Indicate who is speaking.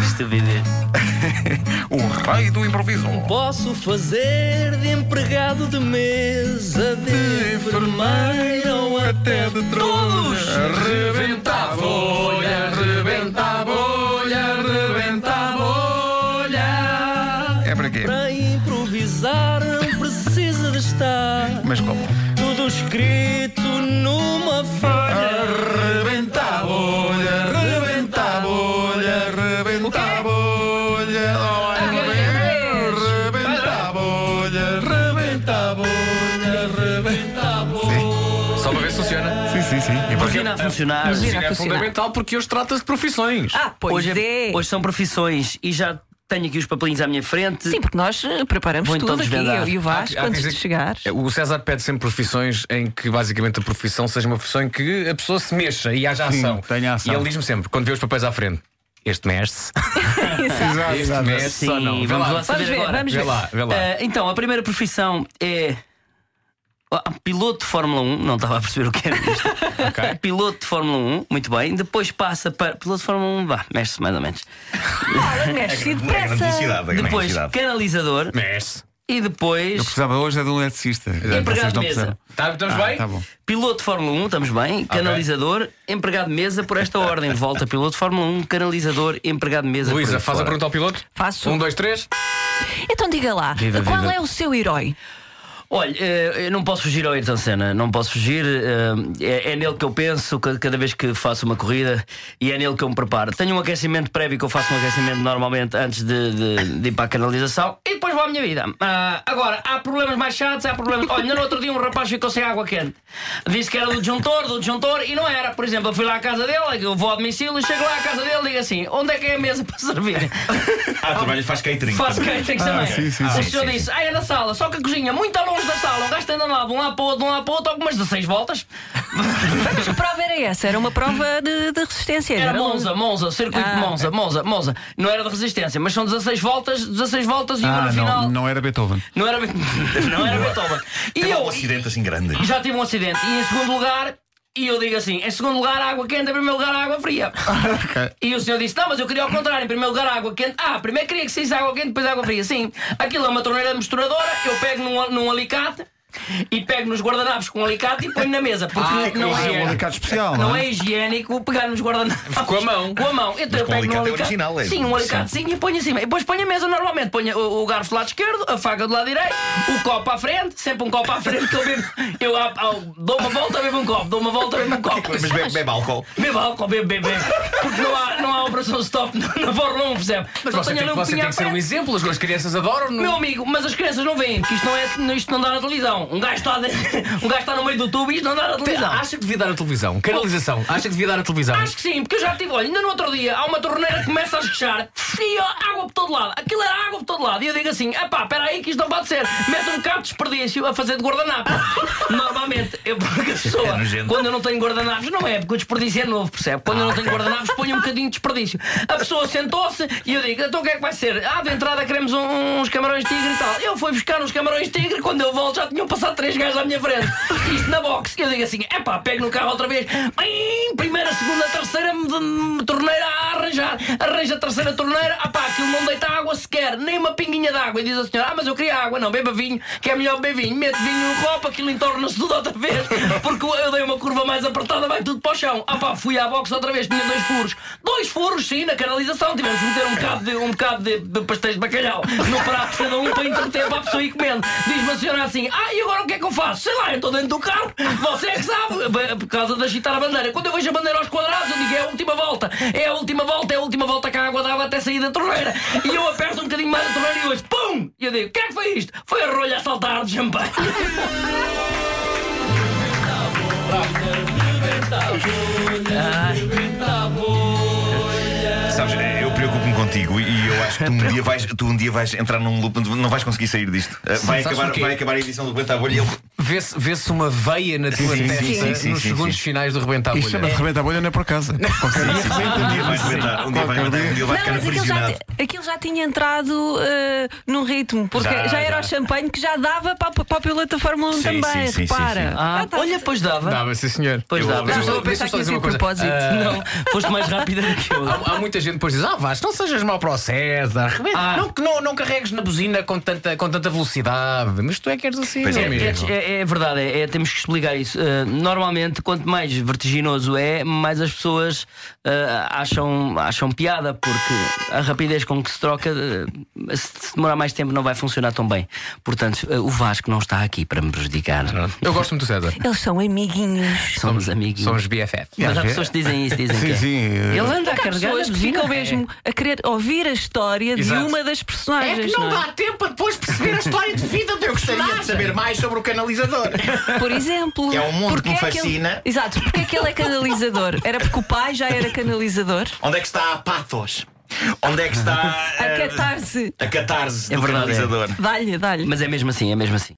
Speaker 1: estupidez.
Speaker 2: O rei do improviso.
Speaker 3: Posso fazer de empregado de mesa, de, enfermeira ou até de
Speaker 2: trono.
Speaker 3: todos.
Speaker 2: Rebenta a bolha, rebenta a bolha, rebenta a bolha. É para quê?
Speaker 3: Para improvisar não precisa de estar
Speaker 2: Mas como?
Speaker 3: tudo escrito numa folha.
Speaker 2: Rebenta a bolha, rebenta a bolha, rebenta a bolha.
Speaker 4: Ah,
Speaker 2: Rebenta a bolha, rebenta a bolha, rebenta a bolha.
Speaker 4: Só uma vez funciona.
Speaker 2: Sim, sim, sim. E porque-
Speaker 1: Imagina a funcionar.
Speaker 4: Sim,
Speaker 5: Funciona,
Speaker 4: é
Speaker 5: funciona.
Speaker 4: fundamental porque hoje trata-se de profissões.
Speaker 5: Ah, pois
Speaker 1: hoje,
Speaker 5: é.
Speaker 1: hoje são profissões e já tenho aqui os papelinhos à minha frente.
Speaker 5: Sim, porque nós eh, preparamos
Speaker 1: Vou então
Speaker 5: tudo aqui,
Speaker 1: desvendar.
Speaker 5: eu e o Vasco,
Speaker 4: Há que
Speaker 5: antes
Speaker 4: dizer
Speaker 5: de
Speaker 4: que
Speaker 5: chegares.
Speaker 4: É, O César pede sempre profissões em que basicamente a profissão seja uma profissão em que a pessoa se mexa e haja ação.
Speaker 6: tenha ação.
Speaker 4: E ele diz-me sempre, quando vê os papéis à frente, este mexe-se,
Speaker 5: Exato.
Speaker 4: este mexe-se ou É não.
Speaker 1: Sim,
Speaker 4: Vê
Speaker 1: vamos
Speaker 4: lá,
Speaker 1: lá
Speaker 5: Vamos
Speaker 1: saber
Speaker 5: ver,
Speaker 1: agora.
Speaker 5: vamos
Speaker 4: vê
Speaker 5: ver.
Speaker 4: lá, vê lá.
Speaker 1: Ah, então, a primeira profissão é. Ah, Piloto de Fórmula 1, não estava a perceber o que era isto.
Speaker 4: Ok.
Speaker 1: Piloto de Fórmula 1, muito bem. Depois passa para. Piloto de Fórmula 1, vá, mexe-se mais ou menos.
Speaker 5: Mexe-se
Speaker 7: É grande
Speaker 5: depressa.
Speaker 7: velocidade, é grande
Speaker 1: Depois
Speaker 7: velocidade.
Speaker 1: canalizador
Speaker 4: Mexe-se.
Speaker 1: e
Speaker 6: Eu
Speaker 1: depois
Speaker 6: precisava hoje é de um eletricista. Vocês
Speaker 1: empregado de
Speaker 6: não
Speaker 1: mesa.
Speaker 6: precisam.
Speaker 4: Tá, estamos
Speaker 6: Ah,
Speaker 4: bem?
Speaker 6: tá bom.
Speaker 1: Piloto de Fórmula 1, estamos bem. Canalizador, empregado de mesa, por esta ordem. de Volta, piloto de Fórmula 1, canalizador, empregado de mesa. por
Speaker 4: Luísa,
Speaker 1: aí
Speaker 4: faz a
Speaker 1: fora.
Speaker 4: pergunta ao piloto.
Speaker 5: Faço.
Speaker 4: Um, dois, três.
Speaker 5: Então diga lá,
Speaker 1: Viva,
Speaker 5: qual
Speaker 1: viva.
Speaker 5: é o seu herói?
Speaker 1: Olha, eh, eu não posso fugir ao Ayrton Senna, não posso fugir. eh, É é nele que eu penso ca- cada vez que faço uma corrida e é nele que eu me preparo. Tenho um aquecimento prévio que eu faço um aquecimento normalmente antes de, de- de ir para a canalização e depois vou à minha vida. Ah, agora, há problemas mais chatos, há problemas. Olha, ainda no outro dia um rapaz ficou sem água quente. Disse que era do disjuntor, do disjuntor e não era. Por exemplo, eu fui lá à casa dele, eu vou ao domicílio, chego lá à casa dele e digo assim: onde é que é a mesa para servir?
Speaker 7: Ah, trabalho faz catering.
Speaker 1: Faz é, catering também.
Speaker 6: Ah, sim, sim,
Speaker 1: o
Speaker 6: sim,
Speaker 1: senhor disse, ah, é na sala, só que a cozinha, muito longe da sala, um gajo anda lá de um lado para o outro, de um lado para o outro, algumas 16 voltas.
Speaker 5: Mas que prova era essa? Era uma prova de, de resistência. um-
Speaker 1: Era
Speaker 5: não
Speaker 1: Monza, Monza, circuito
Speaker 5: Ah.
Speaker 1: de Monza, Monza, Monza. Não era de resistência, mas são 16 voltas, 16 voltas e uma
Speaker 6: Ah,
Speaker 1: no final.
Speaker 6: não, não era Beethoven.
Speaker 1: Não era, não era Beethoven. E
Speaker 7: Teve
Speaker 1: eu
Speaker 7: um acidente assim grande.
Speaker 1: já tive um acidente. E em segundo lugar, e eu digo assim: em segundo lugar, água quente, em primeiro lugar, água fria.
Speaker 6: Ah,
Speaker 1: E o senhor disse: não, mas eu queria ao contrário, em primeiro lugar, água quente. Ah, primeiro queria que saísse água quente, depois água fria. Sim, aquilo é uma torneira misturadora, eu pego num, num alicate. E pego nos guardanapos com um alicate e ponho na mesa, porque não,
Speaker 6: Ah, é um
Speaker 1: é,
Speaker 6: alicate especial,
Speaker 1: não
Speaker 6: não
Speaker 1: é
Speaker 6: é?
Speaker 1: higiênico pegar nos guardanapos
Speaker 4: Com a mão.
Speaker 1: Com a mão. Então eu
Speaker 7: com
Speaker 1: pego num
Speaker 7: alicate é
Speaker 1: alicate.
Speaker 7: original, é?
Speaker 1: Sim, um alicatezinho e ponho em cima. E depois ponho a mesa normalmente. Ponho o, o garfo do lado esquerdo, a faca do lado direito, o copo à frente, sempre um copo à frente que eu bebo. Eu, ah, ah, dou uma volta, bebo um copo, dou uma volta, bebo um copo.
Speaker 7: Mas bebe, bebe álcool.
Speaker 1: Bebo álcool, bebo, bebo, bebo. Porque não há, não há operação stop na na Fórmula 1, percebe?
Speaker 4: Mas
Speaker 1: Só
Speaker 4: você
Speaker 1: tenho
Speaker 4: tem,
Speaker 1: a
Speaker 4: você
Speaker 1: nunca
Speaker 4: tem que ser
Speaker 1: à
Speaker 4: um
Speaker 1: frente.
Speaker 4: exemplo, as as crianças adoram. não-
Speaker 1: Meu amigo, mas as crianças não veem, porque isto não, é, isto não dá na televisão. Um gajo está, de- um gajo está no meio do tubo e isto não dá na
Speaker 4: Tem-
Speaker 1: televisão.
Speaker 4: Acha que devia dar a televisão? Canalização. Acha que devia dar a televisão?
Speaker 1: Acho que sim, porque eu já tive. Olha, ainda no outro dia há uma torneira que começa a esguichar e ó, água por todo lado. Aquilo era água por todo lado. E eu digo assim: pá, espera aí que isto não pode ser. Mete um bocado de desperdício a fazer de guardanapo. Normalmente, eu, porque a pessoa,
Speaker 7: É nojento.
Speaker 1: quando eu não tenho guardanapos, não é, porque o desperdício é novo, percebe? Quando eu
Speaker 7: Ah,
Speaker 1: não tenho guardanapos, ponho um bocadinho de desperdício. A pessoa sentou-se e eu digo: então o que é que vai ser? Ah, de entrada queremos um- uns camarões tigre e tal. Eu fui buscar uns camarões tigre, quando eu volto já tinham passado três gajos à minha frente. Isto na box. Eu digo assim: é pá, pego no carro outra vez. Bim, primeira, segunda, terceira m- m- torneira a arranjar. Arranja a terceira torneira. Ah pá, aquilo não deita água sequer, nem uma pinguinha de água. E diz a senhora: ah, mas eu queria água. Não, beba vinho, que é melhor beber vinho. Mete vinho no copo, aquilo entorna-se tudo outra vez. Porque eu dei uma curva mais apertada, vai tudo para o chão. Ah pá, fui à box outra vez, tinha dois furos. Dois furos, sim, na canalização. Tivemos que meter um bocado de, um bocado de, de pastéis de bacalhau no prato, cada um para entreter para a pessoa ir comendo. Diz-me a senhora assim: ah, e agora o que é que eu faço? Sei lá, eu estou dentro do carro, você é que sabe, Bem, por causa de agitar a bandeira. Quando eu vejo a bandeira aos quadrados, eu digo: é a última volta, é a última volta, é a última volta que a água dava até sair da torneira. E eu aperto um bocadinho mais a torneira e hoje, pum! E eu digo: o que é que foi isto? Foi a rolha a saltar de champanhe.
Speaker 7: Sabes, é, eu preocupo-me contigo e- e eu acho que tu um dia vais, tu um dia vais entrar num loop, não vais conseguir sair disto. Uh, Vai
Speaker 4: sabes
Speaker 7: acabar,
Speaker 4: porquê?
Speaker 7: vai acabar a edição do Quanta Bolha e eu
Speaker 4: Vê-se vê-se uma veia na tua
Speaker 7: Sim, sim,
Speaker 4: testa
Speaker 7: sim, sim,
Speaker 4: nos
Speaker 7: sim,
Speaker 4: segundos
Speaker 7: sim.
Speaker 4: finais do rebenta a
Speaker 6: Isto chama-se
Speaker 4: bolha.
Speaker 6: rebenta a bolha, não é por acaso. Qualquer
Speaker 7: Um
Speaker 6: dia rebenta.
Speaker 7: dia vais rebentar, um dia vais
Speaker 6: Qualquer
Speaker 7: rebentar, um
Speaker 6: dia.
Speaker 7: dia vais
Speaker 5: Não,
Speaker 8: é
Speaker 7: ficar
Speaker 5: mas aquilo já,
Speaker 7: aprisionado.
Speaker 5: ti- aquilo já tinha entrado eh, num ritmo, porque
Speaker 7: Já,
Speaker 5: já, era
Speaker 7: já.
Speaker 5: o champanhe que já dava para, a- para a piloto da Fórmula 1
Speaker 7: Sim,
Speaker 5: também,
Speaker 7: sim, sim,
Speaker 5: repara.
Speaker 7: sim, sim.
Speaker 1: Ah,
Speaker 5: Já tá-
Speaker 1: olha, pois dava.
Speaker 4: Dava, sim, senhor.
Speaker 1: Pois dava.
Speaker 5: Já
Speaker 4: eu-
Speaker 5: estou a
Speaker 4: deixa-me só
Speaker 5: pensar
Speaker 4: dizer
Speaker 5: que isso é
Speaker 4: uma coisa.
Speaker 5: propósito.
Speaker 4: Ah,
Speaker 1: Não, foste mais rápida do que eu.
Speaker 4: Há, há muita gente que depois diz: Ah, Vasco, não sejas mau para o César, rebenta.
Speaker 1: Ah.
Speaker 4: Não, que não, não carregues na buzina com tanta, com tanta velocidade. Mas tu é que eres assim,
Speaker 7: Pois é,
Speaker 4: meu amigo.
Speaker 7: é-
Speaker 1: É, é verdade, é, é- temos que explicar isso. Uh, normalmente, quanto mais vertiginoso é, mais as pessoas uh, acham, acham piada, porque a rapidez com que se troca, uh, se se demorar mais tempo, não vai funcionar tão bem. Portanto, uh, o Vasco não está aqui para me prejudicar.
Speaker 4: Eu gosto muito do César.
Speaker 5: Eles são amiguinhos.
Speaker 1: Somos amigos.
Speaker 4: Somos BFF.
Speaker 1: Mas há pessoas que dizem isso, dizem
Speaker 6: Sim,
Speaker 1: que é.
Speaker 6: sim, eh,
Speaker 1: Ele anda a
Speaker 5: Porque há
Speaker 1: carregar
Speaker 5: pessoas
Speaker 1: na
Speaker 5: que
Speaker 1: buzina,
Speaker 5: ficam
Speaker 1: é.
Speaker 5: mesmo a querer ouvir a história
Speaker 4: Exato.
Speaker 5: de uma das personagens. não é?
Speaker 4: tempo para depois perceber a história de vida do
Speaker 8: Gostaria de saber mais sobre o canalizador.
Speaker 5: Por exemplo,
Speaker 8: É um mundo
Speaker 5: porque
Speaker 8: que me
Speaker 5: ele-
Speaker 8: fascina.
Speaker 5: Exato, porque é que ele é canalizador? Era porque o pai já era canalizador?
Speaker 8: Onde é que está a pathos? Onde é que está
Speaker 5: A
Speaker 8: eh,
Speaker 5: catar-se.
Speaker 8: a catarse
Speaker 1: É
Speaker 8: do
Speaker 1: verdade, é.
Speaker 8: canalizador?
Speaker 5: Dá-lhe, dá-lhe.
Speaker 1: Mas é mesmo assim, é mesmo assim.